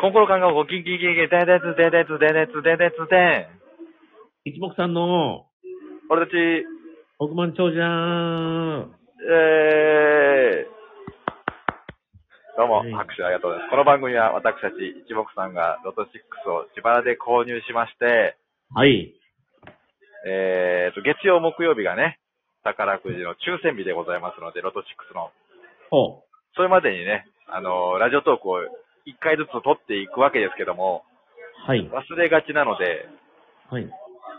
コンコロカンがゴキンキンキンキン、でんでつ、でんでつ、でんでつ、でんでつ、でん。一目散の、俺たち、億万長者えー、どうもはい、拍手ありがとうございます。この番組は私たち一目さんがロト6を自腹で購入しまして、はい。えーと、月曜、木曜日がね、宝くじの抽選日でございますので、ロト6の。ほそれまでにね、あの、ラジオトークを一回ずつ撮っていくわけですけども、う。はい。忘れがちなので、はい。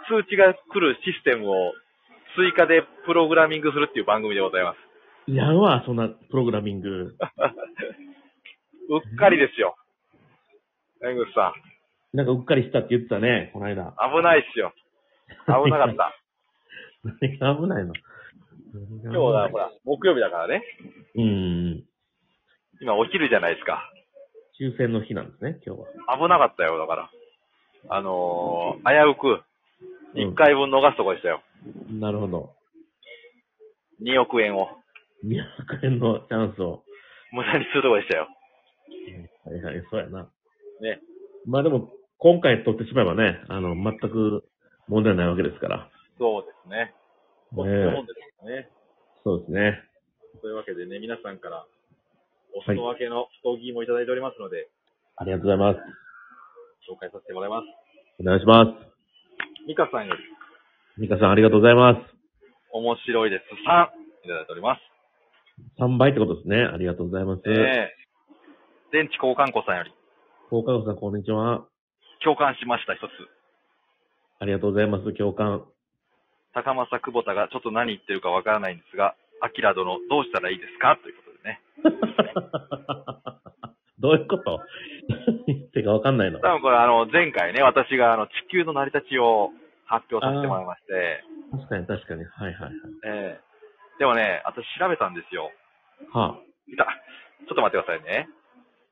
通知が来るシステムを追加でプログラミングするっていう番組でございます。 いらんわ、そんなプログラミング。うっかりですよ。江口さん、なんかうっかりしたって言ってたね、この間。危ないっすよ。危なかった。何が危ないの今日はほら、木曜日だからね。うん。今お昼じゃないですか。抽選の日なんですね、今日は。危なかったよ、だから。あのー、危うく、うん1回分逃すとこでしたよ。なるほど。 2億円を。 200円のチャンスを。無駄にするとこでしたよ。はいはい、そうやな。ね。まあでも、今回取ってしまえばね、あの、全く問題ないわけですから。そうですね。こっちねえのもんですね。そうですね。というわけでね、皆さんから、お裾分けの闘技もいただいておりますので、ありがとうございます。紹介させてもらいます。お願いします。ミカさんより、ミカさんありがとうございます。面白いです。3、いただいております。 3倍ってことですね。ありがとうございます。ええ電池交換庫さんより、放課後さん、こんにちは。共感しました、一つ。ありがとうございます。共感。 高政久保田がちょっと何言ってるかわからないんですが、アキラ殿、どうしたらいいですかということでね。どういうこと何言ってるかわかんないの。多分これ、あの、前回ね、私が、あの、地球の成り立ちを発表させてもらいまして、確かに確かに。はいはいはい。ええでもね、私調べたんですよ。はあ、いた。ちょっと待ってくださいね。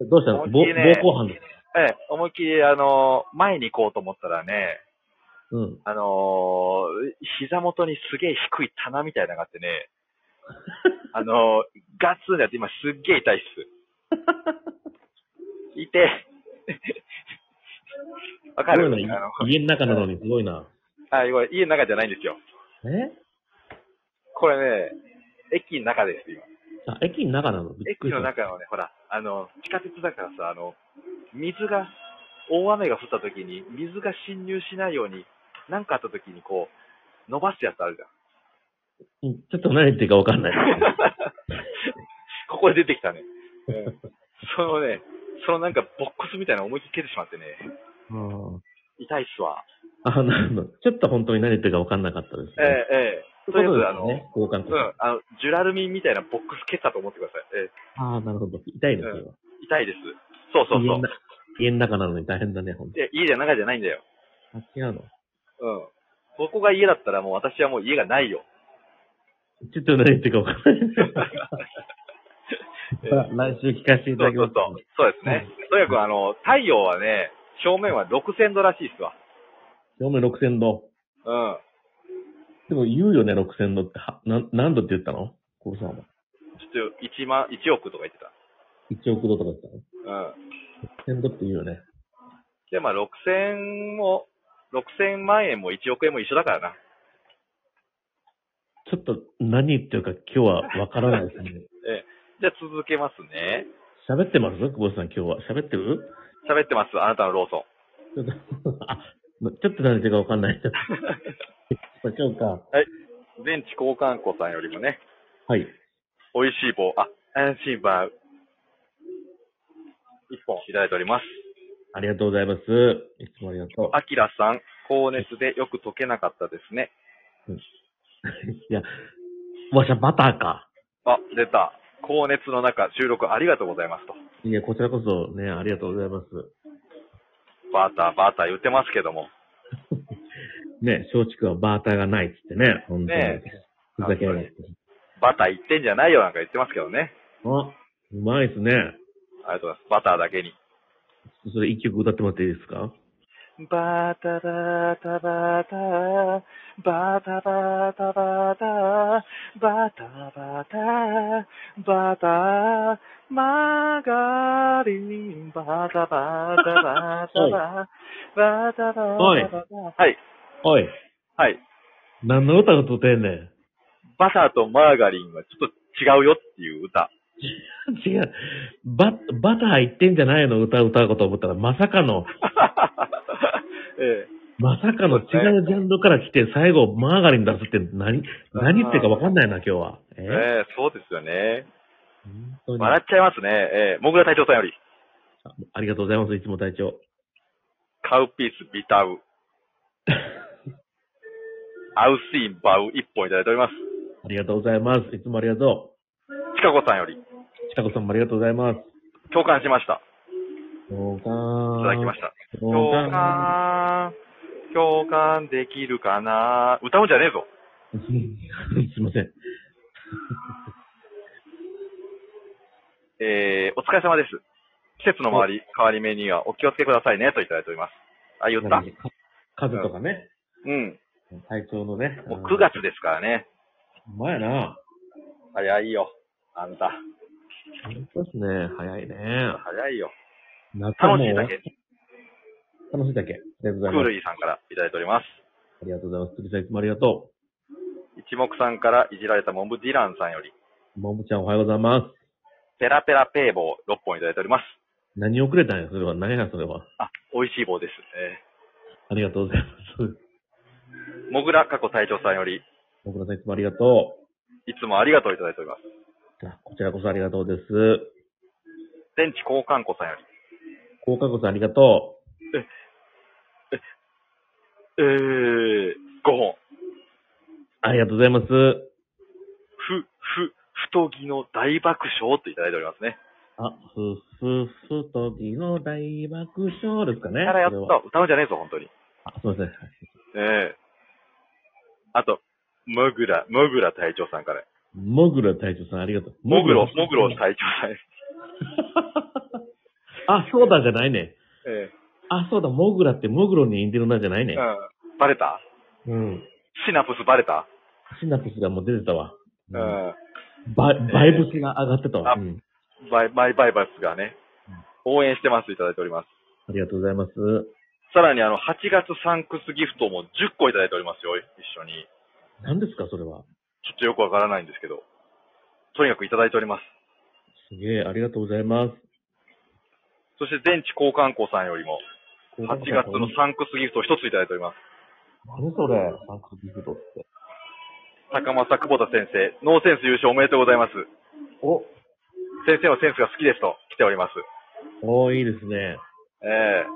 どうしたのぼ大きいね暴行犯です。ええ思いっきり、あの、前に行こうと思ったらね、うん。あのー膝元にすげえ低い棚みたいなのがあってね、 あのーガツンってやって今すっげえ痛いっ す。痛え。わかすごるいな。あの、い家の中なのにすごいな。あ、今家の中じゃないんですよ。えこれね、駅の中です、今。あ、駅の中なのびっく駅りしのた。中のね、ほら、あの、地下鉄だからさ、あの、水が、大雨が降った時に、水が侵入しないように、なんかあった時にこう、伸ばすやつあるじゃん。うんちょっと何言ってるかわかんない。 ここで出てきたね。そのね、そのなんかボックスみたいなの思いっきり蹴ってしまってね、うん痛いっすわ。あ、なるほど。ちょっと本当に何言ってるかわかんなかったです、ね。ええええととりいあうえことず、あですの、ね、交換うん、あの、ジュラルミンみたいなボックス蹴ったと思ってください。えああ、なるほど。痛いですよ。え痛いです。そうそう家そのう。中家の中なのに大変だね、ほんと。いや、家じゃ中じゃないんだよ。あ、違うの。うん。ここが家だったらもう私はもう家がないよ。ちょっと何言ってる かわかんない。来週聞かせそていうそただきまうす。そう。そうですね。とにかくあの、太陽はね、正面は6000度らしいっすわ。表面6000度。うん。でも言うよね、6000度って。はな何度って言ったのコブさんは。ちょっと1万、1億とか言ってた。 1億度とか言ってうん。たの ?6000 度って言うよね。で、まあ、6000も、6000万円も1億円も一緒だからな。ちょっと何言ってるか今日はわからないですね。 ええ。じゃあ続けますね。喋ってます久保田さん今日は。喋ってる喋ってます。あなたのロ ーソン。ちょっと、あ、ちょっと何言ってるかわかんない。 そう今日か。電池交換庫さんよりもね、はい。美味しい棒、あ、安心棒、一本いただいております。ありがとうございます。いつもありがとう。あきらさん、高熱でよく溶けなかったですね。 いや、わしゃバターか。あ、出た。高熱の中、収録ありがとうございますと。いや、こちらこそね、ありがとうございます。バーター、バーター言ってますけども。ね、松竹はバーターがないっつってね、本当に。ねふざけやがって。バター言ってんじゃないよなんか言ってますけどね。あ、うまいっすね。ありがとうございます。バターだけに。それ一曲歌ってもらっていいですかバタバタバタ、バタバタバタ、バタバタ、バタ、マガバリン、バタバタバタバ、バタバタおいバタ。はい、おい、はい。何の歌歌ってんねん。 バターとマーガリンはちょっと違うよっていう 歌。違う。バ、バターいってんじゃないの歌歌うこと思ったら、まさかの、えまさかの違うジャンルから来て、最後、マーガリン出すって何、何言ってるかわかんないな、今日は。ええええそうですよね。本当に笑っちゃいますね。ええもぐら隊長さんより、ありがとうございます、いつも隊長。カウピースビタウ。アウスインバウ一本いただいております。ありがとうございます。いつもありがとちかこさんより、う。ちかこさんもありがとうございます。共感しました。共い感。ただきました。た。共感、共感できるかな歌うんじゃねえぞ。すいません。えー、お疲れ様です。季節の周り、変わり目にはお気をつけくださいね、といただいております。あ、言ったか数とかね、うん。体調のね。もう9月ですからね。うん。ほんまやな。早いよ。あんた。そうですね。早いね。早いよ。夏楽はもうしいだけ。楽しいだけ。ありがとうごクーざいます。ルイさんからいただいております。ありがとうございます。釣りさんいつもありがと一目さんからいじられたモブディランさんより、う。ももちゃんおはようございます。ペラペラペー棒6本いただいております。何をくれたんや、それは。何や、それは。あ、美味しい棒です。ありがとうござい ます。えー、もぐら過去隊長さんより、もぐらさんいつもありがといつもありがとういただいております。う。あこちらこそありがとうです。電池交換庫さんより、高価子さんありがとえー、5本。う。ありがとうございます。ふ、ふ、太着の大爆笑といただいておりますね。あ、ふ、ふ、ふときの大爆笑ですかね。やらやっそれとは歌うんじゃねえぞ、本当に。あ、すいません。ええあと、もぐら、もぐら隊長さんから。もぐろ隊長さんありがとう。もぐろ、もぐろ隊長さ ん。 あ、そうだじゃないね。えあ、そうだ、モグラってモグロに似てるなじゃないえね。うん。バレたうん。シナプスバレたシナプスがもう出てたわ。ううんん。ババイブスが上がってたわ。あうん。バイ、バイバイバスがね、応援してます、いただいております。ありがとうございます。さらにあの、8月サンクスギフトも10個いただいておりますよ、一緒に。何ですか、それは。ちょっとよくわからないんですけど。とにかくいただいております。すげえ、ありがとうございます。そして、電池交換庫さんよりも、8月のサンクスギフトを1ついただいております。何それ、サンクスギフトって。高政久保田先生、ノーセンス優勝おめでとうございます。お、先生のセンスが好きですと来ております。おーいいですね。ええ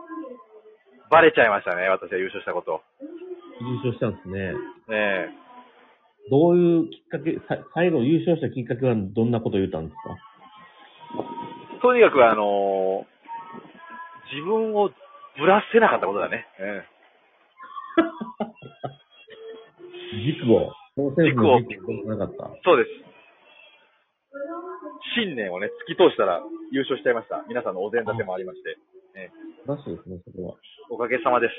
バレちゃいましたね、私は優勝したこと。優勝したんですね。ええどういうきっかけ、さ最後優勝したきっかけはどんなこと言ったんですかとにかくあのー自分をぶらせなかったことだね。え軸を。ノーセンスの軸をなかった。えそうです。信念をね、突き通したら優勝しちゃいました。皆さんのお膳立てもありまして。らしいですね、そこは。おかげさまです。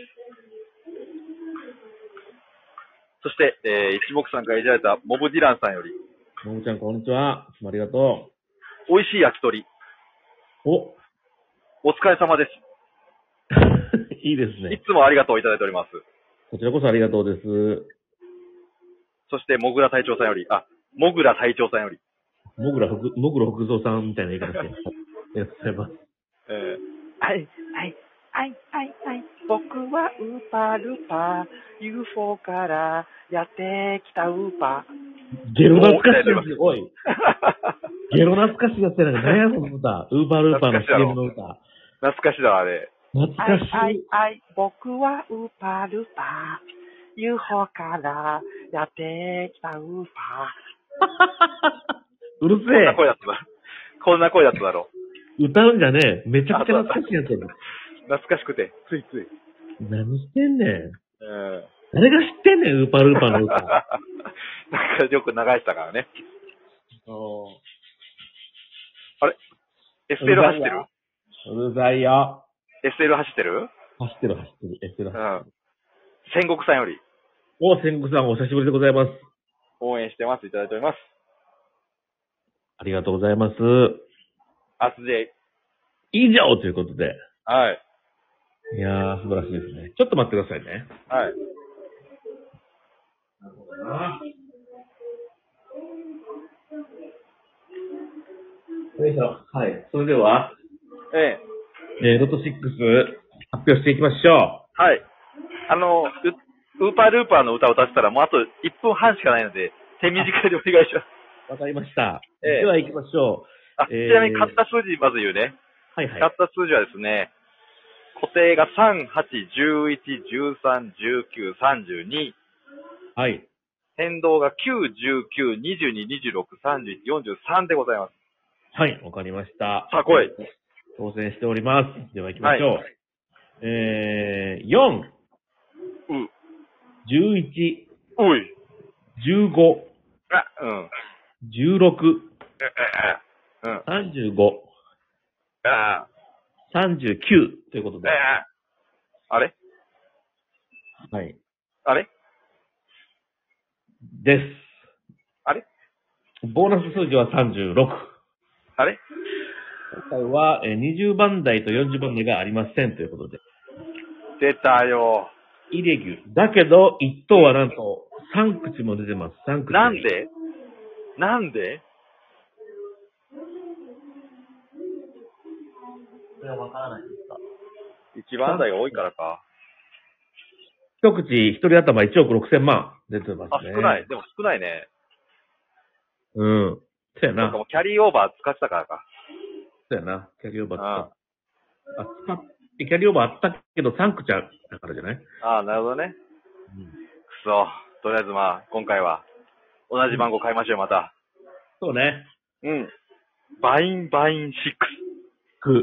そして、ええ一目散からいじられたモブディランさんより、ももちゃん、こんにちは。いつもありがと美味しい焼き鳥、う。お、 お疲れ様です。いいですいね。つもありがとういただいております。こちらこそありがとうです。そして、モグラ隊長さんより、あ、モグラ隊長さんより、もぐらふく、もぐろ福蔵さんみたいな言い方 して。ありがとうございます。えー はい、はい、はい、はい、はい。僕はウーパールーパー、UFO からやってきたウーパー。ゲロ懐かしいやつ、おい。ゲロ懐かしいやつやなんか、何やその歌。ウーバールーパーの CM の歌。懐かしいだ、あれ。懐はい、かはしいい。、はい。僕はウーパールーパー、UFO からやってきたウーパ うるこんなせ声だったな。こんな声だっただろえ。歌うんじゃねえ。めちゃくちゃ懐かしいやつやなう。懐かしくて、ついつい。何してんね ん。うん。誰が知ってんねん、ウーパールーパーの 歌。なんかよく流してたからね。あれ ?SL 走ってるうるさいよ。 ?SL 走ってる走ってる、走ってる。う SL 走ってる。ん。戦国さんよりお、千国さん、お久しぶりでございます。応援してます。いただいております。ありがとうございます。明日で以上ということで。はい。いやー、素晴らしいですね。ちょっと待ってくださいね。はい。よいしょ。はい。それでは、ええ。えー、ロト6発表していきましょはい。あの、うウーパールーパーの歌を歌ってたら、もうあと1分半しかないので、手短でお願いします。う。わかりました。ええでは行きましょあ、えーちなみに買った数字、まず言うね。う。はいはい。買った数字はですね、固定が3、8、11、13、19、32、はい。変動が9、19、22、26、31、43でございます。はい、わかりました。さあ来い。当選しております。では行きましょう。えー、4、うん11、おい。 15、あ、うん。 16、えええうん。 35、あ39ということえでえ。あれはい。あれであれす。ボーナス数字は36。あれ今回はえー20番台と40番台がありませんということで。出たよ。イレギュ。だけど、1等はなんと3口も出てます。3口。なんでなんでこれはわからないですか。一番台が多いからか。一口、一人頭1億6千万出てまあ、すね。少ない。。でも少ないね。うん。そうやなんなか。もうキャリーオーバー使ってたからか。そうやな。キャリーオーバーあった。あ、使って、キャリーオーバーあったけど3口あだからじゃないああ、なるほどね。うん。くそ。とりあえずまあ、今回は、同じ番号買いましょう、また。そうね。うん。バインバインシックス。